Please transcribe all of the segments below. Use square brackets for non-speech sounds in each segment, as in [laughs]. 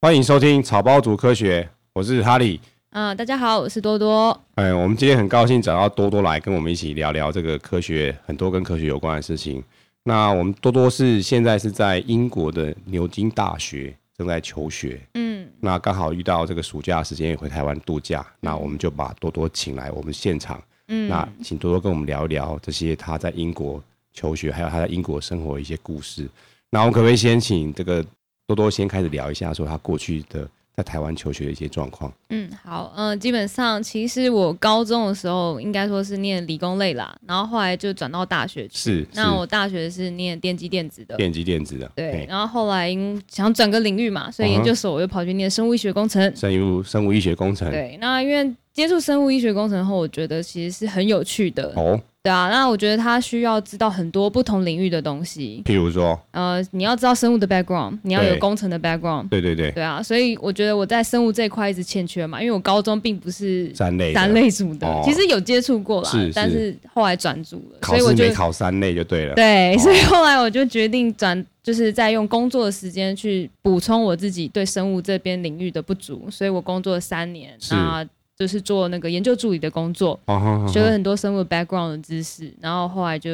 欢迎收听《草包组科学》，我是哈利。嗯，大家好，我是多多。哎，我们今天很高兴找到多多来跟我们一起聊聊这个科学，很多跟科学有关的事情。那我们多多是现在是在英国的牛津大学正在求学，嗯，那刚好遇到这个暑假时间也回台湾度假，那我们就把多多请来我们现场，嗯那请多多跟我们聊一聊这些他在英国求学，还有他在英国生活的一些故事。那我们可不可以先请这个多多先开始聊一下，说他过去的在台湾求学的一些状况？嗯，好，嗯、基本上其实我高中的时候应该说是念理工类啦，然后后来就转到大学去。是，那是我大学是念电机电子的，电机电子的，对。嘿，然后后来因想转个领域嘛，所嗯以哼研究所我就跑去念生物医学工程。生物生物医学工程，对，那因为接触生物医学工程后，我觉得其实是很有趣的。哦，对啊，那我觉得它需要知道很多不同领域的东西。譬如说，呃，你要知道生物的 background，你要有对工程的 background，对对对，对啊，所以我觉得我在生物这一块一直欠缺嘛，因为我高中并不是三类的，三类组的，哦其实有接触过啦，是是但是后来转组了，所考以我试就没考三类就对了，对，哦所以后来我就决定转，就是在用工作的时间去补充我自己对生物这边领域的不足，所以我工作了三年，是那就是做那个研究助理的工作，哦哦哦学了很多生物 background 的知识，然后后来就。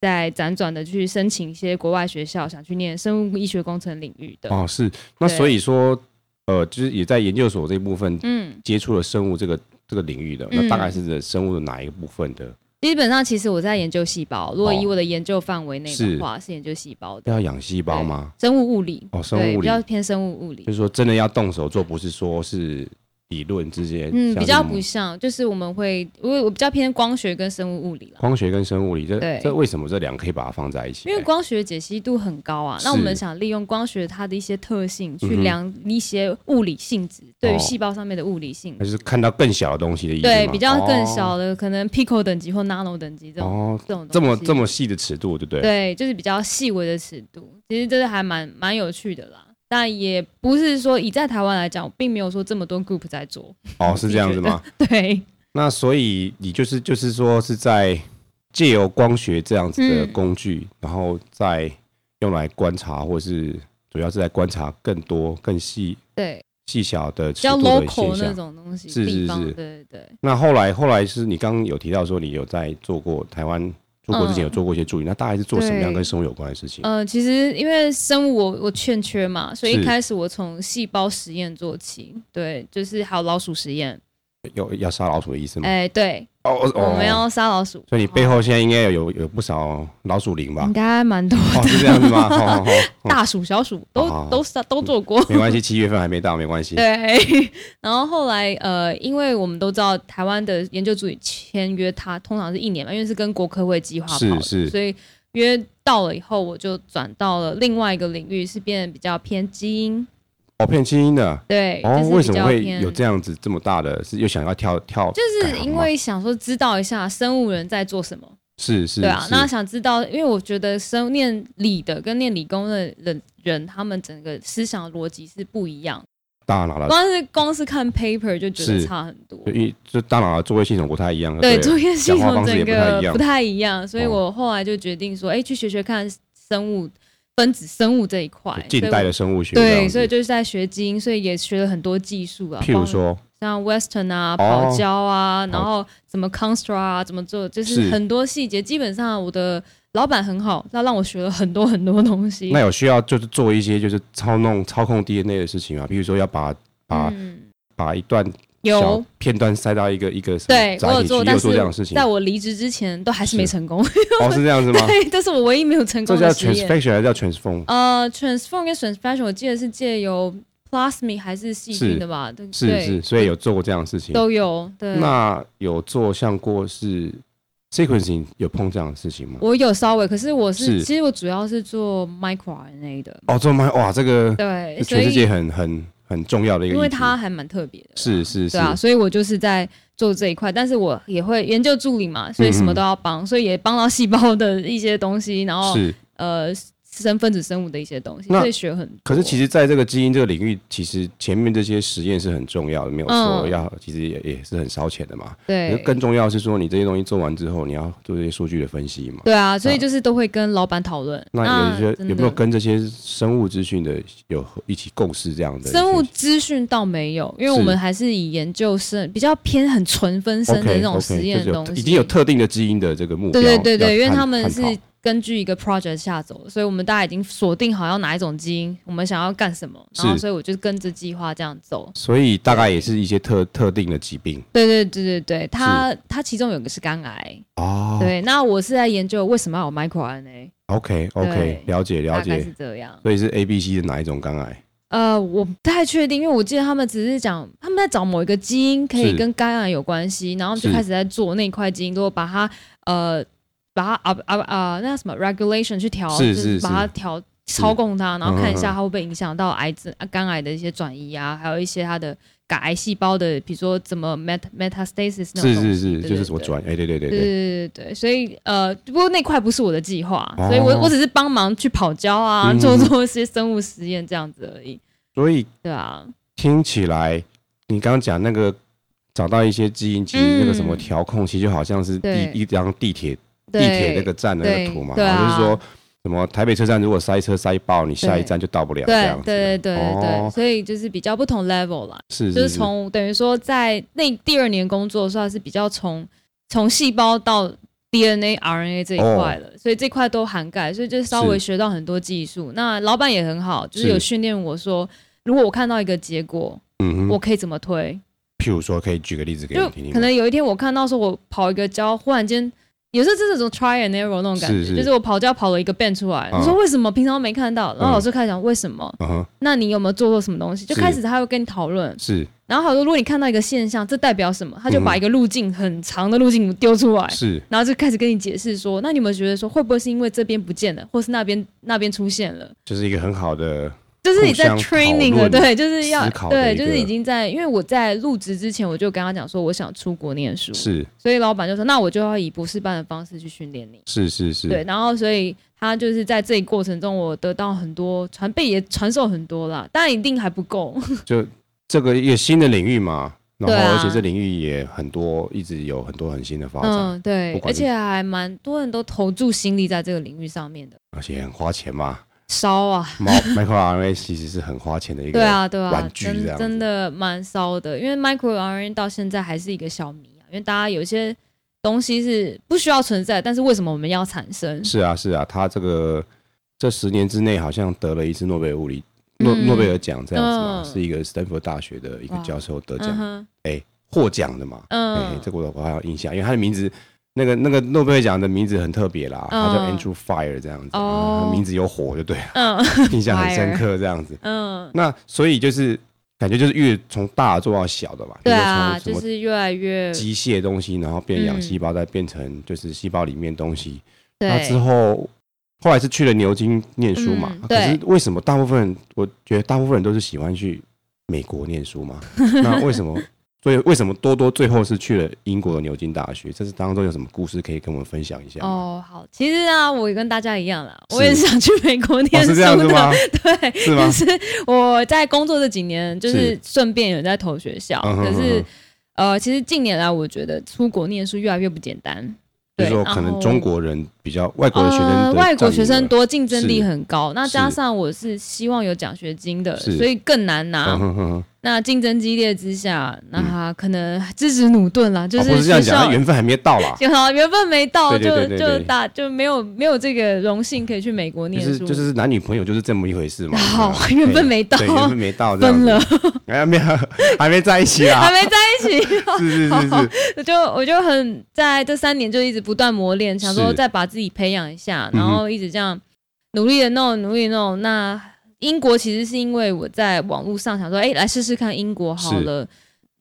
再辗转的去申请一些国外学校，想去念生物医学工程领域的。哦，是，那对所以说，呃，就是也在研究所这一部分嗯，接触了生物这个这个领域的，那嗯大概是指生物的哪一个部分的？基本上，其实我在研究细胞。如果哦以我的研究范围内的话，是研究细胞的要养细胞吗？生物物理，哦，生嗯对，物比理，较偏生物物理就。是说真的要动手做，不是说是理论之间，嗯，像比较是不像，就是我们会，因为我比较偏光学跟生物物理啦，光学跟生物理，这对这为什么这两个可以把它放在一起？因为光学解析度很高啊。是那我们想利用光学它的一些特性嗯去哼量一些物理性质，对哦于细胞上面的物理性那质，就是看到更小的东西的意思对，吗比较更哦小的，可能 pico 等级或 nano 等级这种哦，这种东这么西这么细的尺度，对不对？对，就是比较细微的尺度，其实这是还蛮蛮有趣的啦。但也不是说以在台湾来讲，并没有说这么多 group 在做。 [laughs] 哦，是这样子吗？对，那所以你就是就是说是在借由光学这样子的嗯工具，然后再用来观察，或是主要是在观察更多更细对，细小的比尺较度的 local 现那象。种东西，是地是方，是对对对，那后来后来是你刚刚有提到说你有在做过台湾出国之前嗯有做过一些助理，那大概是做什么样对跟生物有关的事情？呃，其实因为生物我我欠缺嘛，所以是一开始我从细胞实验做起，对，就是还有老鼠实验，有要杀老鼠的意思吗？哎、对，哦哦我们哦，要杀老鼠，所以你背然后现在应该有有不少老鼠林吧应？该蛮多，哦，是这样子 [laughs] 吗？好好好，哦大鼠、小鼠都、好好都杀都做过，没关系，七月份还没到，没关系。对， [laughs] 然后后来呃，因为我们都知道台湾的研究组签约它通常是一年嘛，因为是跟国科会计划跑的，是是所以约到了以后，我就转到了另外一个领域，是变得比较偏基因，哦，骗基因的。对，哦就，是为什比么较会偏有这样子这么大的？是又想要跳跳改就行吗？是因为想说知道一下生物人在做什么，是是对啊，是那想知道，因为我觉得生念理的跟念理工的人人，他们整个思想逻辑是不一样，大脑的，光是光是看 paper 就觉啊是得差很多，就因就大脑的作业系统不太一样。对，了作业系啊讲话统方式也整不太一个样不太一样，所以哦我后来就决定说，哎、去学学看生物、分子生物这一块就，近代所以的生物学我这样对，子所以就是在学基因，所以也学了很多技术啊，譬如包括说，哦像 Western 啊、跑胶啊，然后怎么 Constra 啊，怎么做，就是是很多细节。基本上我的老板很好，他让我学了很多很多东西那。有需要就是做一些就是操弄操控 DNA 的事情啊，比如说要把把嗯，把一段小有。片段塞到一个一个什么对，我载体有去，做，又但做这样的事是情在。我离职之前都还是没是成功。 [laughs] 哦，是这样子吗？对，这是我唯一没有成这功叫的实验。 transfection 还是叫 transform？呃，transform 跟 transfection，我记得是借由 plasmid 还是细菌的吧？对，是对是，所以有做过这样的事情。都有。对，那有做像过是 sequencing 有碰这样的事情吗？我有稍微，可是我是是其实我主要是做 microRNA 的，哦，这么哇，这个对，是所全世界以很很很重要的一个议题，因为它还蛮特别的，是是是对啊，所以我就是在做这一块，但是我也会研嗯究助理嘛，所以什么都要帮，所以也帮到细胞的一些东西，然后是呃。生分子生物的一些东西，那所以学很多。可是其实，在这个基因这个领域，其实前面这些实验是很重要的，没有错，嗯要其实也也是很烧钱的嘛。可对是更重要的是说，你这些东西做完之后，你要做这些数据的分析嘛。对啊，所以就是都会跟老板讨论。啊那有一些真有没有的跟这些生物资讯的有一起共识这样的生物资讯倒没有，因为我是们还是以研究生比较偏很纯分身 OK 的 OK，那种实验的东西。已经有特定的基因的这个目标。对对对对，因要为探他们是探讨根据一个 project 下走的，所以我们大家已经锁定好要哪一种基因，我们想要干什么，然后是所以我就跟着计划这样走。所以大概也是一些特特定的疾病对对对对对，它它其中有一个是肝癌，哦对，那我是在研究为什么要有 microRNA， OK OK，对了解了大概解是。这样。所以是 A、B、C 的哪一种肝癌？呃，我不太确定，因为我记得他们只是讲他们在找某一个基因可以是跟肝癌有关系，然后就是开始在做那一块基因，都把它呃把它啊啊啊那什么 regulation 去调，是就是把它是调操控它，然后看一嗯嗯下嗯它会不会影响到癌症、啊肝癌的一些转移啊，还有一些它的改癌细胞的，比如说怎么 met metastasis 那种是东西。是是，对就是对什么对转？哎，对对对对对，对对对，所以呃，不过那块不是我的计划，哦所以我我只是帮忙去跑胶啊，嗯做做一些生物实验这样子而已，所以对啊。听起来你刚刚讲那个找到一些基因基因嗯那个什么调控，其实就好像是地对一张地铁地对铁那个站的那个对图嘛，对然后就是啊说什么台北车站如果塞车塞爆，你下一对站就到不了这对样子。对对对对，哦所以就是比较不同 level 啦，是就是是从等于说在那第二年工作的时候，它是比较从从细胞到 DNA、RNA 这一哦块了，所以这块都涵盖，所以就稍微学到很多技术。那老板也很好，就是有是训练我说，如果我看到一个结果，嗯我哼，可以怎么推。譬如说可以举个例子给就我听听吗。可能有一天我看到说我跑一个胶，忽然间。有时候这是种 try and error 那种感觉，是是就是我跑胶跑了一个 band 出来，嗯你说为什么平常没看到？然后嗯老师开始讲为什么，嗯哼，那你有没有做过什么东西？就是开始他会跟你讨论，是然后他说，如果你看到一个现象，这代表什么？他就嗯把一个路径很长的路径丢出来，是然后就开始跟你解释说，那你有没有觉得说，会不会是因为这边不见了，或是那边那边出现了？就是一个很好的就是你在互相讨论 training 了，对，就是要思考的对，一个就是已经在，因为我在入职之前，我就跟他讲说，我想出国念书，是所以老板就说，那我就要以博士班的方式去训练你。是是是，对，然后所以他就是在这一过程中，我得到很多传被也传授很多啦，当然一定还不够，就这个一个新的领域嘛，然对后啊而且这领域也很多，一直有很多很新的发展，嗯，对不，管而是且还蛮多人都投注心力在这个领域上面的，而且很花钱嘛。烧啊，猫 [laughs] microRNA 其实是很花钱的一个，对啊，对啊玩，具这样子真真的蛮烧的，因为 microRNA 到现在还是一个小谜啊，因为大家有些东西是不需要存在，但是为什么我们要产生？是啊是啊，他这个这十年之内好像得了一次诺贝尔物理诺嗯诺贝尔奖这样子嘛，嗯是一个斯坦福大学的一个哇教授得嗯奖哼，获奖的嘛，哎嗯，，这个我我还有印象，因为他的名字。那个那个诺贝尔奖的名字很特别啦，他叫嗯 Andrew Fire 这样子，嗯哦他名字有火就对了，嗯印象很深 Fire [laughs] 刻这样子。 [laughs] 嗯，那所以就是感觉就是越从大做到小的嘛，对啊，比如说从什就么是越来越机械东西，然后变养嗯细胞，再变成就是细胞里面东西。那之对，后后来是去了牛津念书嘛，嗯可是对为什么大部分人我觉得大部分人都是喜欢去美国念书 [laughs] 嘛？那为什么？所以为什么多多最后是去了英国的牛津大学？这是当中有什么故事可以跟我们分享一下吗？哦，好，其实啊，我跟大家一样啦，是我也是想去美国哦，念书是这样子的，吗？ [laughs] 对，是就吗？是我在工作这几年，就是顺便有在投学校，嗯哼可嗯是哼呃，其实近年来我觉得出国念书越来越不简单。就对，是说然可能后中国人比较外国的学生的占呃，有、外国学生多，竞争力是很高。那是加上我是希望有奖学金的，是所以更难拿。嗯哼哼哼那竞争激烈之下，那可能支持努顿啦，就哦不是这学样讲，校他。缘分还没到啊啦。就 [laughs] 好，缘分没到对对对对就对就打就没有没有这个荣幸可以去美国就念是书，就是男女朋友就是这么一回事嘛。 [laughs] 好对缘分没到，对，缘分没到，这样分了子，还没有 [laughs] 还没在一起还啦，没在 [laughs] 一起，是是是是，我就我就很在这三年就一直不断磨练，想说是再把自己培养一下，嗯哼然后一直这样努力的弄，努力的弄。那英国其实是因为我在网络上想说，哎、来试试看英国好了。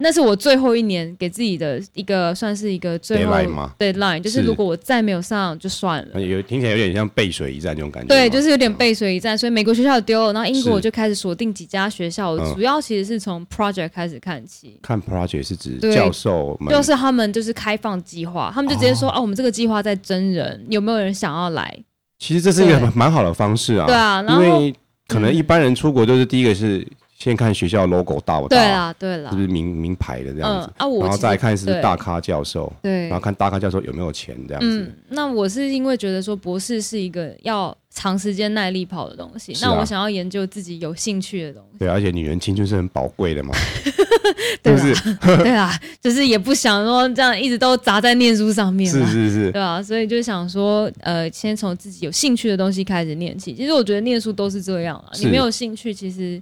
那是我最后一年给自己的一个算是一个最后 Deadline 吗 deadline，就是是如果我再没有上就算了。有听起来有点像背水一战这种感觉嘛。对，就是有点背水一战，所以美国学校丢了，然后嗯英是国我就开始锁定几家学校，嗯我主要其实是从 project 开始看起。看 project 是指对教授们，就是他们就是开放计划，他们就直接说哦、啊，我们这个计划在真人，有没有人想要来？其实这是一个对蛮蛮好的方式啊。对啊然因后嗯为可能一般人出国就是第一个是先看学校 logo 大不对大，啦，对啦是不，是名名牌的这样子嗯，啊我然后其实再看是不是对大咖教授，对然后，看大咖教授有没有钱这样子。嗯，那我是因为觉得说博士是一个要长时间耐力跑的东西，是啊那我想要研究自己有兴趣的东西，对，啊而且女人青春是很宝贵的嘛， [laughs] 对啊是不啦是？对啦，就是也不想说这样一直都砸在念书上面是啦。是是，对啊，所以就想说，呃，先从自己有兴趣的东西开始念起。其实我觉得念书都是这样啊，是你没有兴趣，其实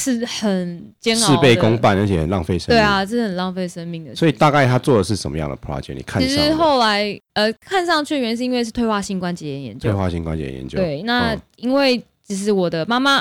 是很煎熬的，事倍功半，而且很浪费生对命。，啊，这是很浪费生命的事。所以大概他做的是什么样的 project？你看其上实了后来，呃，看上去原因是因为是退化性关节炎研退究，化性关节研究？对，那嗯因为其实我的妈妈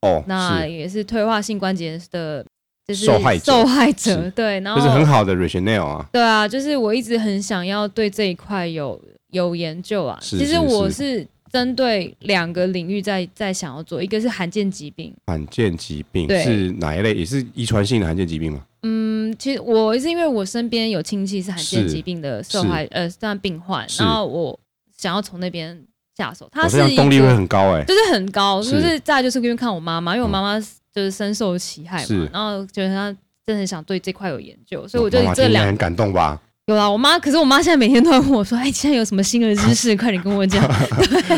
哦，那是，也是退化性关节炎的，就是受害者受害者是对，然这后是很好的 rationale 啊。对啊，就是我一直很想要对这一块有有研究啊。是其是实我是针对两个领域在在想要做，一个是罕见疾病。罕见疾病对是哪一类？也是遗传性的罕见疾病啊吗？嗯，其实我是因为我身边有亲戚是罕见是疾病的受害呃，这样病患，是然后我想要从那边下手。我他这是样一动力个会很高哎、就是很高，是就是再来就是因为看我妈妈，因为我嗯妈妈就是深受其害是哦嘛，然后觉得她真的很想对这块有研究，所以我就妈妈这听起来两很感动吧？ [laughs] 有啦，我妈可是我妈现在每天都在问我说，哎，现在有什么新的知识，快点跟我讲。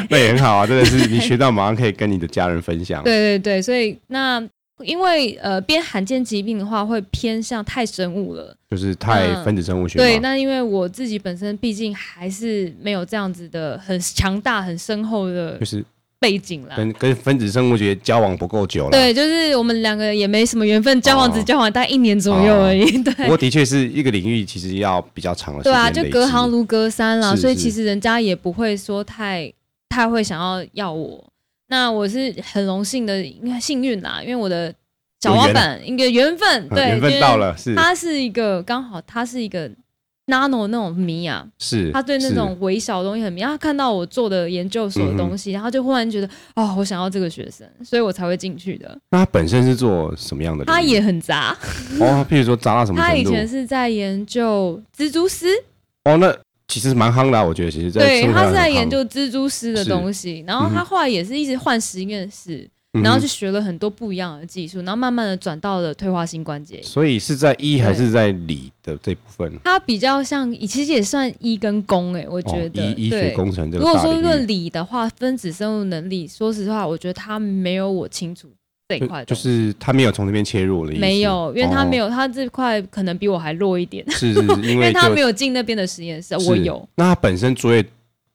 那也很好啊，真的是你学到马上可以跟你的家人分享。啊对对对，所以那因为呃，编罕见疾病的话会偏向太生物了，就是太嗯分子生物学对。嘛，那因为我自己本身毕竟还是没有这样子的很强大、很深厚的就是背景啦。跟跟分子生物学交往不够久了。啊对，就是我们两个也没什么缘分，交往只哦交往大概一年左右而已。对，不 [laughs] 过的确是一个领域，其实要比较长的时对间啊，累积。就隔行如隔山啦，是所以是其实人家也不会说太太会想要要我。那我是很荣幸的，应该幸运啦，因为我的小老板一个缘分，嗯对，缘分到，了，是他是一个刚好他是一个 nano 那种迷啊，是，他对那是种微小的东西很迷，他看到我做的研究所的嗯东西，然后就忽然觉得哦，我想要这个学生，所以我才会进去的。那他本身是做什么样的领域？他也很杂，哦，譬如说砸到什么他嗯程以度？前是在研究蜘蛛丝。哦，那其实蛮夯的啊，我觉得其实在对，生活上他是在很夯嗯研，究蜘蛛丝的是东西，然后嗯他哼后来也是一直换实验室，嗯哼然后去学了很多不一样的技术，然后慢慢的转到了退化性关节炎。所以是在医还是在理的这部分？他比较像，其实也算医跟工诶、我觉得、哦、医医学对。工程这如个果大说领域，论理的话，分子生物能力，说实话，我觉得他没有我清楚这一块的就就东西，是哦他没有从那边切入的意思，没有，因为他没有，有，他这块可能比我还弱一点，是是 [laughs] 是，因因为为他就没有进那边的实验室，是我有。那他本身作业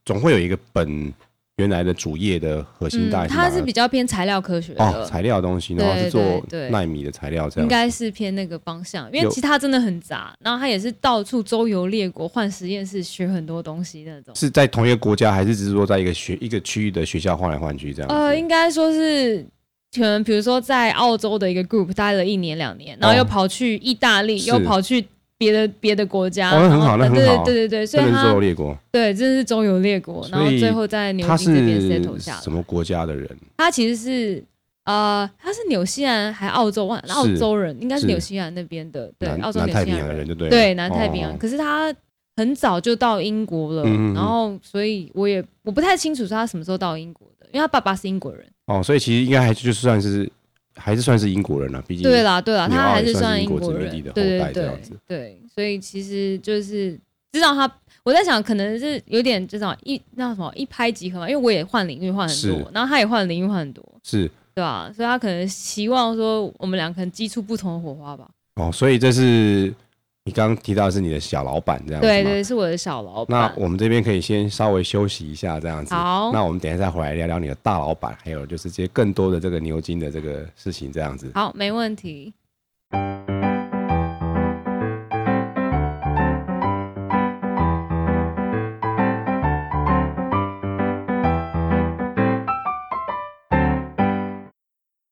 总会有一个本原来的主业的核心大概嗯他是是哪比较偏材料科学的，哦材料的东西，然后是做对对对纳米的材料这样。应该是偏那个方向，因为有其他真的很杂，然后他也是到处周游列国，换实验室学很多东西那种。是在同一个国家，还是只是说在一个学一个区域的学校换来换去这样子？呃，应该说是可能，比如说在澳洲的一个 group 待了一年两年，然后哦又跑去意大利，是又跑去别的别的国家，哦那很好然后呃那很好对对对对，所真以的是周游他列国。对真的是周游列国，所以然后最后在牛他津这边是 settle 下来什。么国家的人？他其实是呃，他是纽西兰还澳洲，忘了是澳洲人应该是是纽西兰那边的，对南，澳洲南纽太西平兰洋的人就对了。对，南太平洋。哦可是他很早就到英国了，嗯嗯嗯然后所以我也我不太清楚他什么时候到英国的，因为他爸爸是英国人。哦，所以其实应该还是就算是还是算是英国人啊了，毕竟对啦，对啦，纽他澳还也算算是英英国国殖民人地的，对后代对这对样子对，所以其实就是知道他。我在想，可能是有点这种一那什么一拍即合嘛，因为我也换领域换很是多，然后他也换领域换很多，是对啊，所以他可能希望说我们俩可能激出不同的火花吧。哦，所以这是你刚刚提到的是你的小老板这样子吗对对，是我的小老那板。我们这边可以先稍微休息一下，这样子。好那我们等一下回来聊聊你的大老板，还有就是这些更多的这个牛津的这个事情，这样子。好，没问题。